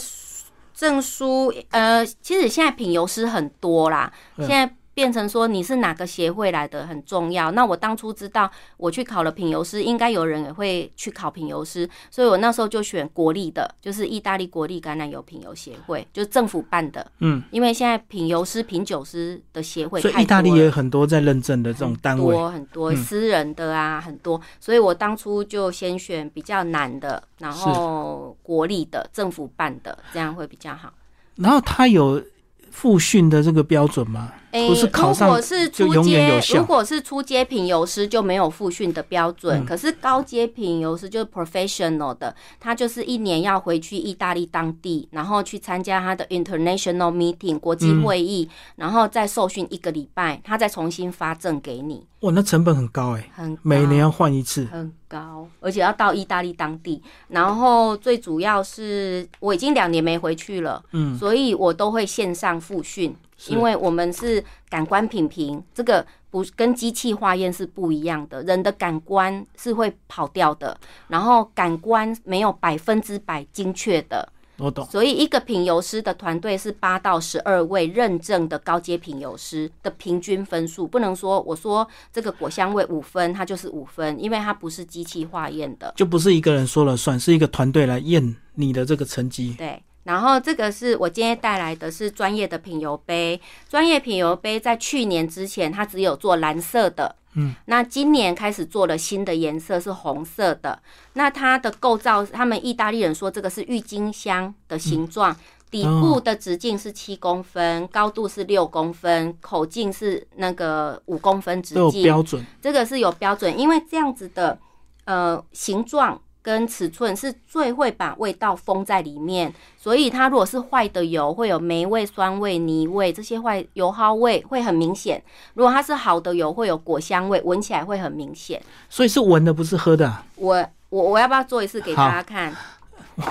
S2: 证书，呃，其实现在品油师很多啦，
S1: 嗯
S2: 现在。变成说你是哪个协会来的很重要。那我当初知道我去考了品油师，应该有人也会去考品油师，所以我那时候就选国立的，就是意大利国立橄榄油品油协会，就是政府办的。
S1: 嗯，
S2: 因为现在品油师、品酒师的协会
S1: 所
S2: 太
S1: 以
S2: 多了，
S1: 意大利也有很多在认证的这种单位。
S2: 多很多、
S1: 嗯
S2: 私人的啊，很多，所以我当初就先选比较难的，然后国立的、政府办的，这样会比较好。
S1: 然后它有复训的这个标准吗？
S2: 诶
S1: 不是考上
S2: 如果是
S1: 就
S2: 初
S1: 永远有
S2: 阶，
S1: 效
S2: 如果是初阶品油师就没有复训的标准，
S1: 嗯
S2: 可是高阶品油师就是 professional 的，他就是一年要回去意大利当地，然后去参加他的 international meeting 国际
S1: 嗯
S2: 会议，然后再受训一个礼拜，他再重新发证给你，
S1: 哇，那成本很高哎、
S2: 很高
S1: 每年要换一次。
S2: 很高，而且要到意大利当地。然后最主要是我已经两年没回去了，
S1: 嗯，
S2: 所以我都会线上复训，
S1: 是
S2: 因为我们是感官品评，这个不跟机器化验是不一样的，人的感官是会跑掉的，然后感官没有百分之百精确的，
S1: 我懂。
S2: 所以一个品油师的团队是八到十二位认证的高阶品油师的平均分数，不能说我说这个果香味五分，它就是五分，因为它不是机器化验的。
S1: 就不是一个人说了算，是一个团队来验你的这个成绩。
S2: 对，然后这个是我今天带来的是专业的品油杯，专业品油杯在去年之前它只有做蓝色的。嗯，那今年开始做了新的颜色是红色的，那它的构造，他们意大利人说这个是郁金香的形状，
S1: 嗯
S2: 底部的直径是七公分，高度是六公分，口径是那个五公分直
S1: 都有
S2: 径，
S1: 标准，
S2: 这个是有标准，因为这样子的呃形状跟尺寸是最会把味道封在里面，所以它如果是坏的油，会有霉味、酸味、泥味这些坏油耗味会很明显；如果它是好的油，会有果香味，闻起来会很明显。
S1: 所以是闻的，不是喝的啊、
S2: 我我我要不要做一次给大家看？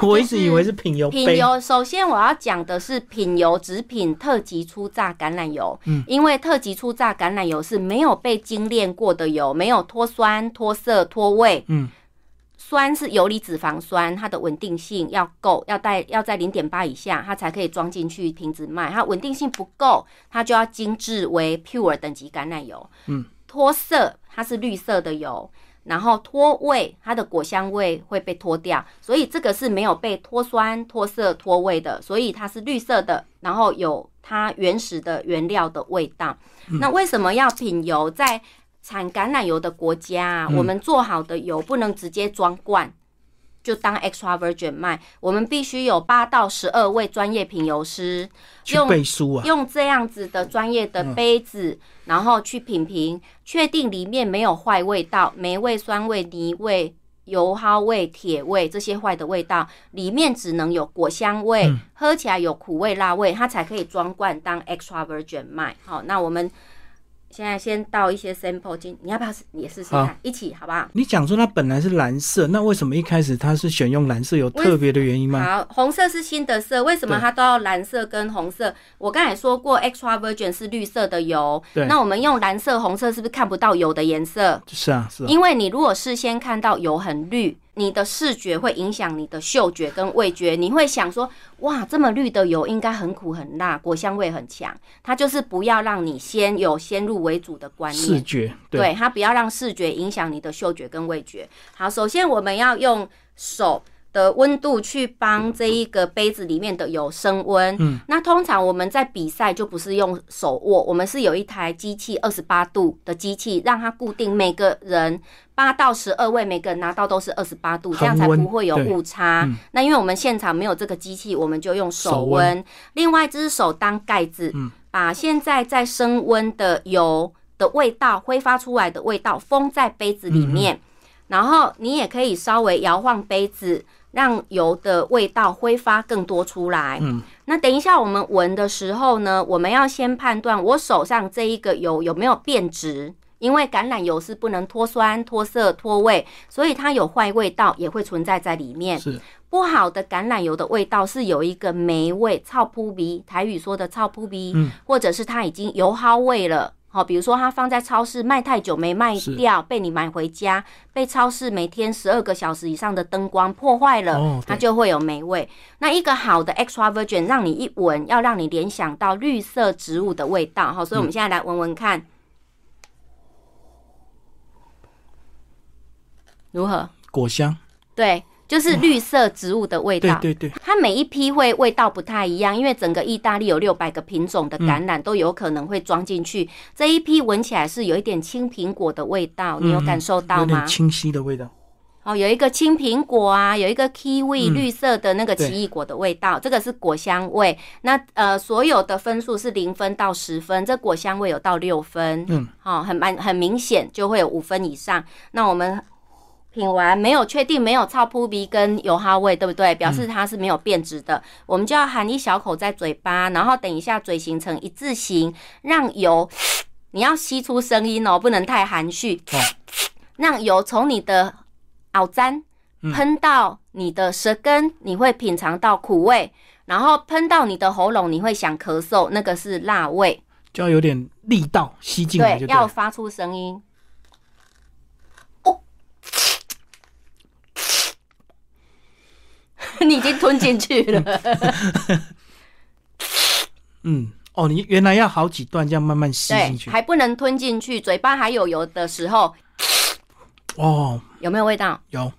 S1: 我一直以为是品油
S2: 品
S1: 杯，
S2: 油，首先我要讲的是品油只品特级初榨橄榄油，嗯，因为特级初榨橄榄油是没有被精炼过的油，没有脱酸、脱色、脱味，
S1: 嗯，
S2: 酸是游离脂肪酸，它的稳定性要够，要在要在零点八以下，它才可以装进去瓶子卖，它稳定性不够，它就要精制为 pure 等级橄榄油，
S1: 嗯，
S2: 脱色它是绿色的油，然后脱味，它的果香味会被脱掉，所以这个是没有被脱酸、脱色、脱味的，所以它是绿色的，然后有它原始的原料的味道。那为什么要品油？在产橄榄油的国家、啊，我们做好的油不能直接装罐。就当 extra virgin 卖，我们必须有八到十二位专业品油师，
S1: 去背书啊，嗯
S2: 用这样子的专业的杯子，然后去品评，确定里面没有坏味道，霉味、酸味、泥味、油耗味、铁味这些坏的味道，里面只能有果香味，
S1: 嗯
S2: 喝起来有苦味、辣味，它才可以装罐当 extra virgin 卖。好，那我们。现在先倒一些 sample 进，你要不要试也试试
S1: 好
S2: 看？一起好不好？
S1: 你讲说它本来是蓝色，那为什么一开始它是选用蓝色？有特别的原因吗？
S2: 好，红色是新的色，为什么
S1: 对
S2: 它都要蓝色跟红色？我刚才说过，extra virgin 是绿色的油，
S1: 对
S2: 那我们用蓝色、红色是不是看不到油的颜色？
S1: 是啊，是啊，
S2: 因为你如果事先看到油很绿，你的视觉会影响你的嗅觉跟味觉，你会想说，哇，这么绿的油应该很苦很辣，果香味很强。它就是不要让你先有先入为主的观念，
S1: 视觉对，
S2: 对它不要让视觉影响你的嗅觉跟味觉。好，首先我们要用手的温度去帮这一个杯子里面的油升温。嗯，那通常我们在比赛就不是用手握，我们是有一台机器二十八度的机器，让它固定每个人。八到十二位，每个人拿到都是二十八度，这样才
S1: 恒温
S2: 不会有
S1: 对
S2: 误差。那因为我们现场没有这个机器，我们就用嗯手
S1: 手温
S2: 温，嗯另外一只手当盖子，把现在在升温的油的味道挥发出来的味道封在杯子里面，然后你也可以稍微摇晃杯子，让油的味道挥发更多出来。嗯，那等一下我们闻的时候呢，我们要先判断我手上这一个油有没有变质。因为橄榄油是不能脱酸、脱色、脱味，所以它有坏味道也会存在在里面。
S1: 是
S2: 不好的橄榄油的味道是有一个霉味、臭扑鼻，台语说的臭扑鼻，
S1: 嗯
S2: 或者是它已经油耗味了。好、比如说它放在超市卖太久没卖
S1: 是
S2: 掉，被你买回家，被超市每天十二个小时以上的灯光破坏了，
S1: 哦对
S2: 它就会有霉味。那一个好的 extra virgin 让你一闻，要让你联想到绿色植物的味道。好、所以我
S1: 嗯
S2: 们现在来闻闻看，如何？
S1: 果香，
S2: 对，就是绿色植物的味
S1: 对
S2: 道。
S1: 嗯对对，
S2: 它每一批会味道不太一样，因为整个意大利有六百个品种的橄榄都有可能会装进去。这一批闻起来是有一点青苹果的味道，你有感受到
S1: 嗯有
S2: 吗
S1: 点？清晰的味道，
S2: 哦，有一个青苹果啊，有一个 kiwi 绿色的那个
S1: 嗯对
S2: 奇异果的味道，这个是果香味。那呃，所有的分数是零分到十分，这果香味有到六分，
S1: 嗯，
S2: 好、很蛮很明显就会有五分以上。那我们品完没有确定没有超扑鼻跟油哈味，对不
S1: 嗯
S2: 对？表示它是没有变质的，我们就要含一小口在嘴巴，然后等一下嘴形成一字形，让油你要吸出声音哦，不能太含蓄，
S1: 哦，
S2: 让油从你的袄簪
S1: 嗯
S2: 喷到你的舌根，你会品尝到苦味，然后喷到你的喉咙，你会想咳嗽，那个是辣味。
S1: 就要有点力道吸进来就对
S2: 要
S1: 了，
S2: 发出声音。 哦，你已经吞进去 了。
S1: 嗯，哦，你原来要好几段这样慢慢吸
S2: 对
S1: 进，去，
S2: 还不能吞进去，嘴巴还有油的时候，
S1: 哦，
S2: 有没有味道？
S1: 有。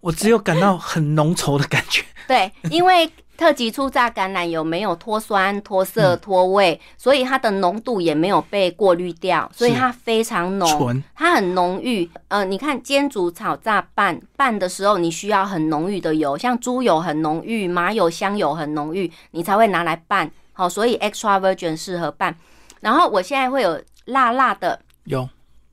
S1: 我只有感到很浓稠的感觉，
S2: 对，因为特级初榨橄榄油没有脱酸、脱色、脱味，所以它的浓度也没有被过滤掉，所以它非常浓
S1: 纯，
S2: 它很浓郁。呃，你看煎煮、炒、炸、拌，拌的时候你需要很浓郁的油，像猪油很浓郁，麻油、香油很浓郁，你才会拿来拌。好，所以 extra virgin 适合拌。然后我现在会有辣辣的，
S1: 有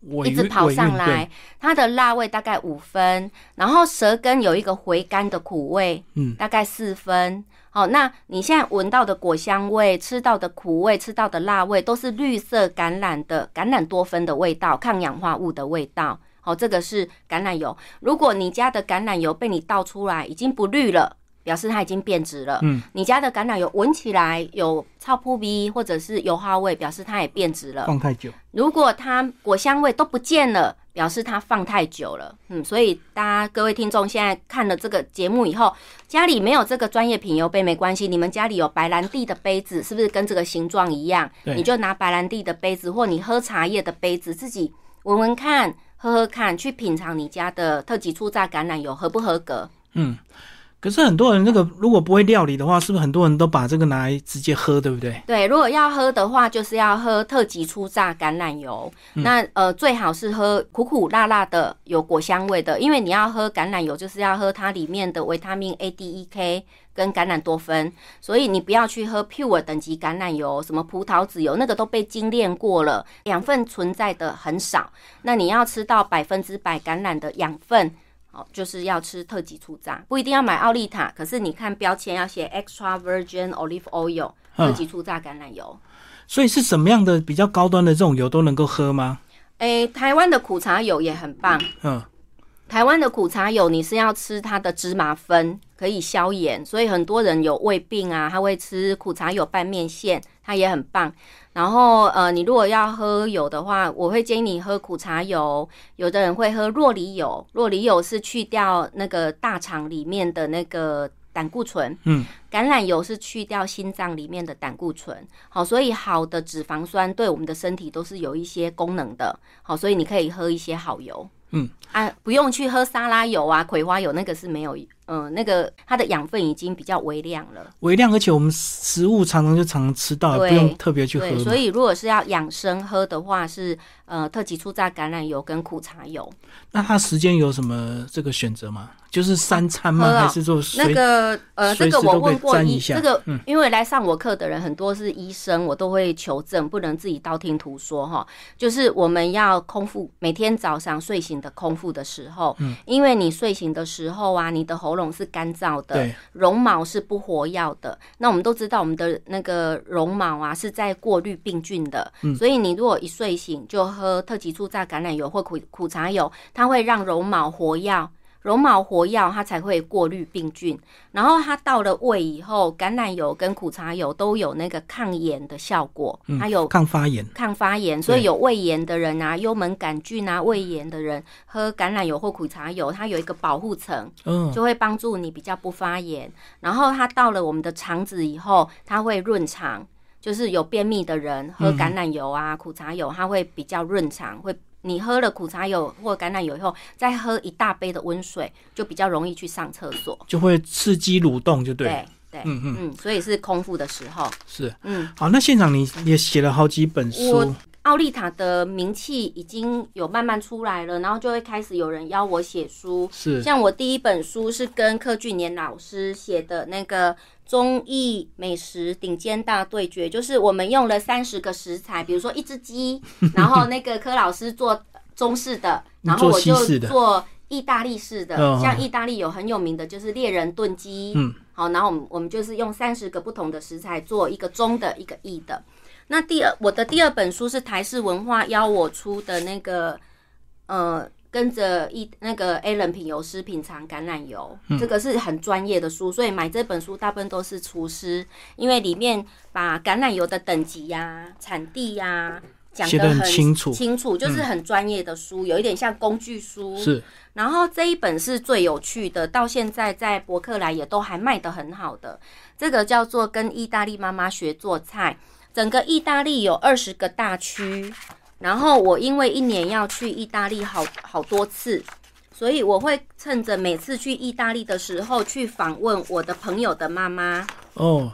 S1: 尾
S2: 一直
S1: 韵
S2: 跑
S1: 尾韵
S2: 上
S1: 对
S2: 来，它的辣味大概五分，然后舌根有一个回甘的苦味，
S1: 嗯，
S2: 大概四分。好，那你现在闻到的果香味、吃到的苦味、吃到的辣味，都是绿色橄榄的橄榄多酚的味道，抗氧化物的味道。好，这个是橄榄油。如果你家的橄榄油被你倒出来，已经不绿了。表示它已经变质了。嗯，你家的橄榄油闻起来有超扑鼻或者是油花味，表示它也变质了。
S1: 放太久，
S2: 如果它果香味都不见了，表示它放太久了。嗯，所以大家各位听众现在看了这个节目以后，家里没有这个专业品油杯没关系，你们家里有白兰地的杯子，是不是跟这个形状一样？
S1: 对
S2: 你就拿白兰地的杯子，或你喝茶叶的杯子，自己闻闻看。喝喝看，去品尝你家的特级初榨橄榄油合不合格？
S1: 嗯可是很多人那个如果不会料理的话，是不是很多人都把这个拿来直接喝，对不对？
S2: 对，如果要喝的话，就是要喝特级初榨橄榄油。那呃，最好是喝苦苦辣辣的，有果香味的，因为你要喝橄榄油，就是要喝它里面的维他命 A、D、E、K 跟橄榄多酚。所以你不要去喝 pure 等级橄榄油，什么葡萄籽油，那个都被精炼过了，养分存在的很少。那你要吃到百分之百橄榄的养分。哦，就是要吃特级初榨，不一定要买奥利塔，可是你看标签要写 extra virgin olive oil，二级初榨橄榄油。
S1: 所以是什么样的比较高端的这种油都能够喝吗？
S2: 诶、台湾的苦茶油也很棒。
S1: 嗯，
S2: 台湾的苦茶油，你是要吃它的芝麻酚，可以消炎，所以很多人有胃病啊，他会吃苦茶油拌面线，它也很棒。然后呃，你如果要喝油的话，我会建议你喝苦茶油，有的人会喝洛梨油，洛梨油是去掉那个大肠里面的那个。胆固醇，
S1: 嗯，
S2: 橄榄油是去掉心脏里面的胆固醇，好，所以好的脂肪酸对我们的身体都是有一些功能的，好，所以你可以喝一些好油。啊，不用去喝沙拉油啊，葵花油那个是没有，嗯、那个它的养分已经比较微量了。
S1: 微量，而且我们食物常常就常常吃到，也
S2: 对
S1: 不用特别去喝
S2: 对，
S1: 嘛
S2: 所。以如果是要养生喝的话是，呃特级初榨橄榄油跟苦茶油。
S1: 那它时间有什么这个选择吗？就是三餐吗？
S2: 喝啊
S1: 还是说随
S2: 那个呃，这
S1: 随时
S2: 个我
S1: 都可以
S2: 问过
S1: 沾一
S2: 医，
S1: 下嗯
S2: 这个因为来上我课的人很多是医生，我都会求证，不能自己道听途说哈。就是我们要空腹，每天早上睡醒的空腹的时候，
S1: 嗯
S2: 因为你睡醒的时候啊，你的喉咙是干燥的，
S1: 对
S2: 绒毛是不活药的。那我们都知道，我们的那个绒毛啊是在过滤病菌的，所以你如果一睡醒就喝特级初榨橄榄油或苦苦茶油，它会让绒毛活药。绒毛活药，它才会过滤病菌。然后它到了胃以后，橄榄油跟苦茶油都有那个抗炎的效果，它有
S1: 抗发炎？
S2: 抗发炎，所以有胃炎的人啊、幽门杆菌啊、胃炎的人喝橄榄油或苦茶油，它有一个保护层，
S1: 嗯，
S2: 就会帮助你比较不发炎。然后它到了我们的肠子以后，它会润肠，就是有便秘的人喝橄榄油啊、苦茶油，它会比较润肠，会。你喝了苦茶油或橄榄油以后，再喝一大杯的温水，就比较容易去上厕所。
S1: 就会刺激蠕动，就对了。
S2: 对对，嗯嗯嗯，所以是空腹的时候，
S1: 是，
S2: 嗯。
S1: 好，那现场你也写了好几本书
S2: 我，奥利塔的名气已经有慢慢出来了，然后就会开始有人邀我写书。
S1: 是
S2: 像我第一本书是跟柯俊年老师写的那个中意美食顶尖大对决，就是我们用了三十个食材，比如说一只 鸡，然后那个柯老师做中式的，
S1: 你
S2: 然后
S1: 做
S2: 我
S1: 西
S2: 就
S1: 式的
S2: 做意大利式的，
S1: 嗯
S2: 像意大利有很有名的就是猎人炖鸡，
S1: 嗯，
S2: 好，然后我们我们就是用三十个不同的食材做一个中的一个意的。那第二，我的第二本书是台式文化邀我出的那个，呃，跟着一那个 A 人品油师品尝橄榄油，
S1: 嗯
S2: 这个是很专业的书，所以买这本书大部分都是厨师，因为里面把橄榄油的等级呀、产地呀、讲
S1: 写
S2: 得
S1: 得很清楚
S2: 清楚就是很专业的书，有一点像工具书。
S1: 是
S2: 然后这一本是最有趣的，到现在在博客来也都还卖得很好的。这个叫做《跟意大利妈妈学做菜》，整个意大利有二十个大区。然后我因为一年要去意大利好好多次，所以我会趁着每次去意大利的时候去访问我的朋友的妈妈，
S1: 哦，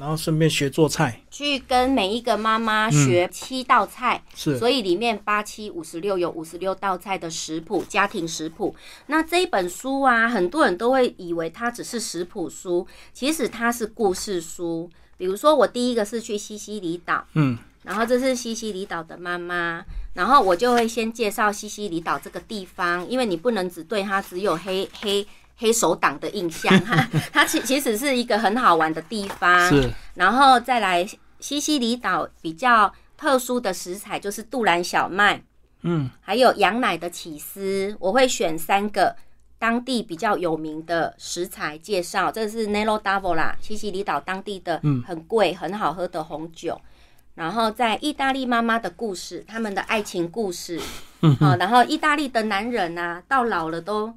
S1: 然后顺便学做菜，
S2: 去跟每一个妈妈学七道菜。
S1: 是
S2: 所以里面八七五十六有五十六道菜的食谱，家庭食谱。那这一本书啊，很多人都会以为它只是食谱书，其实它是故事书。比如说，我第一个是去西西里岛，
S1: 嗯，
S2: 然后这是西西里岛的妈妈，然后我就会先介绍西西里岛这个地方，因为你不能只对它只有黑黑黑手党的印象哈，它其其实是一个很好玩的地方。
S1: 是
S2: 然后再来西西里岛比较特殊的食材就是杜兰小麦，
S1: 嗯，
S2: 还有羊奶的起司，我会选三个当地比较有名的食材介绍。这是 Nero Davola 西西里岛当地的
S1: 嗯
S2: 很贵、很好喝的红酒。然后在意大利妈妈的故事，他们的爱情故事，嗯、啊，然后意大利的男人啊，到老了都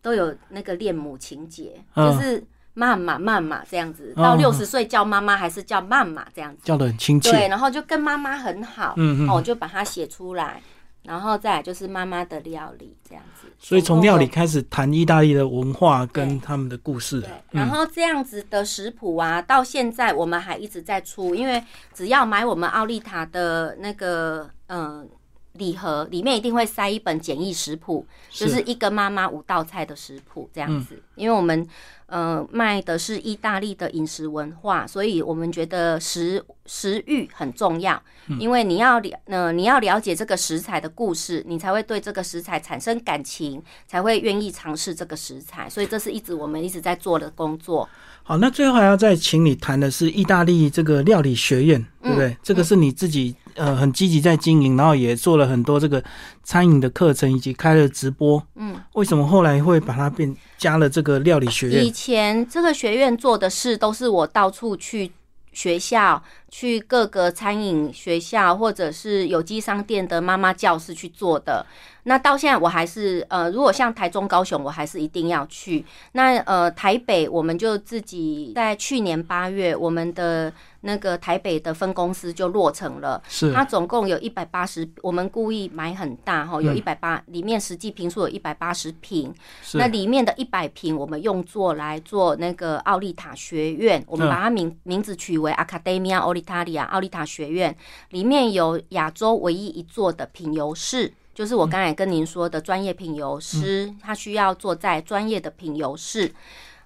S2: 都有那个恋母情节，
S1: 嗯
S2: 就是妈妈妈妈这样子，
S1: 哦
S2: 到六十岁叫妈妈还是叫妈妈这样子，
S1: 叫的很亲切，
S2: 对，然后就跟妈妈很好，
S1: 嗯嗯
S2: 哦，我就把它写出来，然后再来就是妈妈的料理这样子，
S1: 所以从料理
S2: 总共
S1: 开始谈意大利的文化跟他们的故事
S2: 有。对，然后这样子的食谱啊，到现在我们还一直在出，因为只要买我们奥利塔的那个嗯。礼盒，里面一定会塞一本简易食谱，就是一个妈妈五道菜的食谱这样子。
S1: 嗯
S2: 因为我们呃卖的是意大利的饮食文化，所以我们觉得食食欲很重要，因为你要了呃你要了解这个食材的故事，你才会对这个食材产生感情，才会愿意尝试这个食材。所以这是一直我们一直在做的工作。
S1: 好，那最后还要再请你谈的是意大利这个料理学院，对
S2: 嗯
S1: 不对？这个是你自己呃很积极在经营，然后也做了很多这个餐饮的课程，以及开了直播。
S2: 嗯，
S1: 为什么后来会把它变加了这个料理学
S2: 以
S1: 院？
S2: 前这个学院做的事都是我到处去学校、去各个餐饮学校或者是有机商店的妈妈教室去做的。那到现在我还是呃，如果像台中、高雄，我还是一定要去。那呃，台北我们就自己在去年八月，我们的那个台北的分公司就落成了。
S1: 是
S2: 它总共有一百八十，我们故意买很大哈，有一百八，里面实际平数有一百八十平，
S1: 是
S2: 那里面的一百平，我们用作来做那个奥利塔学院，我们
S1: 嗯
S2: 把它名名字取为 Academia Olitalia 奥利塔学院，里面有亚洲唯一一座的品油室。就是我刚才跟您说的专业品油师，
S1: 嗯
S2: 他需要坐在专业的品油室。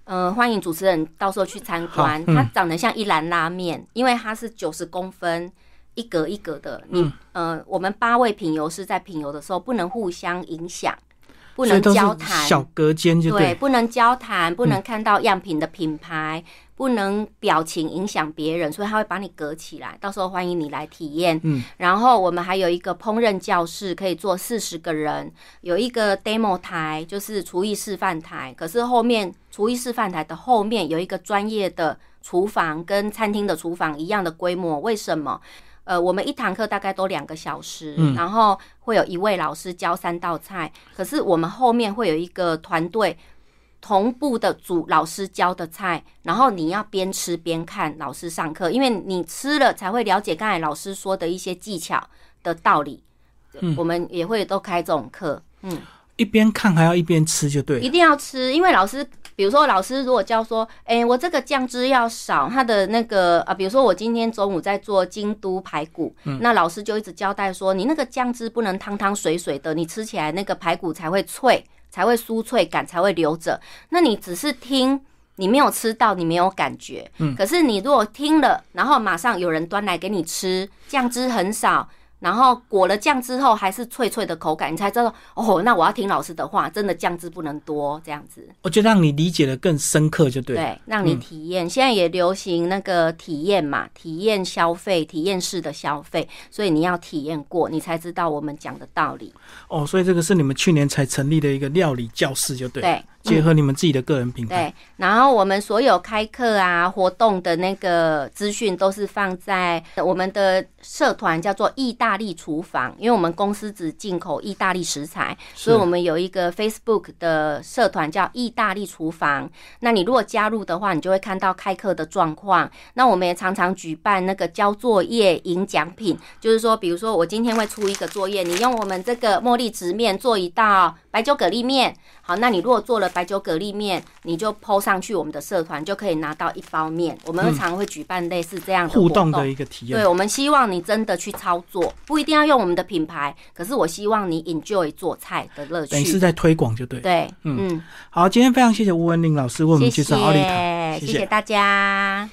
S2: 呃，欢迎主持人到时候去参观。
S1: 好嗯
S2: 它长得像一兰拉面，因为它是九十公分，一格一格的。你、
S1: 嗯
S2: 呃，我们八位品油师在品油的时候不能互相影响，不
S1: 所以
S2: 能
S1: 都是
S2: 交谈，
S1: 小隔间就
S2: 对，
S1: 对，嗯
S2: 不能交谈，不能看到样品的品牌，不能表情影响别人，所以他会把你隔起来。到时候欢迎你来体验。
S1: 嗯，
S2: 然后我们还有一个烹饪教室，可以坐四十个人，有一个 demo 台，就是厨艺示范台。可是后面厨艺示范台的后面有一个专业的厨房，跟餐厅的厨房一样的规模。为什么？呃，我们一堂课大概都两个小时，
S1: 嗯
S2: 然后会有一位老师教三道菜。可是我们后面会有一个团队同步的煮老师教的菜，然后你要边吃边看老师上课，因为你吃了才会了解刚才老师说的一些技巧的道理。我们也会都开这种课，嗯，
S1: 一边看还要一边吃就对了。
S2: 一定要吃，因为老师。比如说，老师如果教说，哎、我这个酱汁要少，它的那个啊，比如说我今天中午在做京都排骨，那老师就一直交代说，你那个酱汁不能汤汤水水的，你吃起来那个排骨才会脆，才会酥脆感，才会留着。那你只是听，你没有吃到，你没有感觉。可是你如果听了，然后马上有人端来给你吃，酱汁很少，然后裹了酱之后还是脆脆的口感，你才知道哦，那我要听老师的话，真的酱汁不能多这样子。
S1: 哦我就让你理解的更深刻就对了。嗯
S2: 对，让你体验。现在也流行那个体验嘛，体验消费，体验式的消费，所以你要体验过，你才知道我们讲的道理。
S1: 哦，所以这个是你们去年才成立的一个料理教室就对了，
S2: 对，嗯
S1: 结合你们自己的个人品牌。
S2: 对，然后我们所有开课啊、活动的那个资讯都是放在我们的社团叫做意大利厨房，因为我们公司只进口意大利食材，
S1: 是
S2: 所以我们有一个 Facebook 的社团叫意大利厨房。那你如果加入的话，你就会看到开课的状况。那我们也常常举办那个交作业、赢奖品，就是说，比如说我今天会出一个作业，你用我们这个茉莉直面做一道白酒蛤蜊面。好，那你如果做了白酒蛤蜊面，你就 PO 上去我们的社团，就可以拿到一包面。我们会常会举办类似这样
S1: 嗯
S2: 的
S1: 互
S2: 活
S1: 动
S2: 动
S1: 的一个体验
S2: 对，，我们希望你真的去操作，不一定要用我们的品牌，可是我希望你 enjoy 做菜的乐
S1: 等于是
S2: 趣。
S1: 在推广就对了。
S2: 对，嗯，
S1: 好，今天非常谢谢吴文玲老师为我们
S2: 谢
S1: 介
S2: 谢
S1: 绍奥利塔，
S2: 谢谢大家。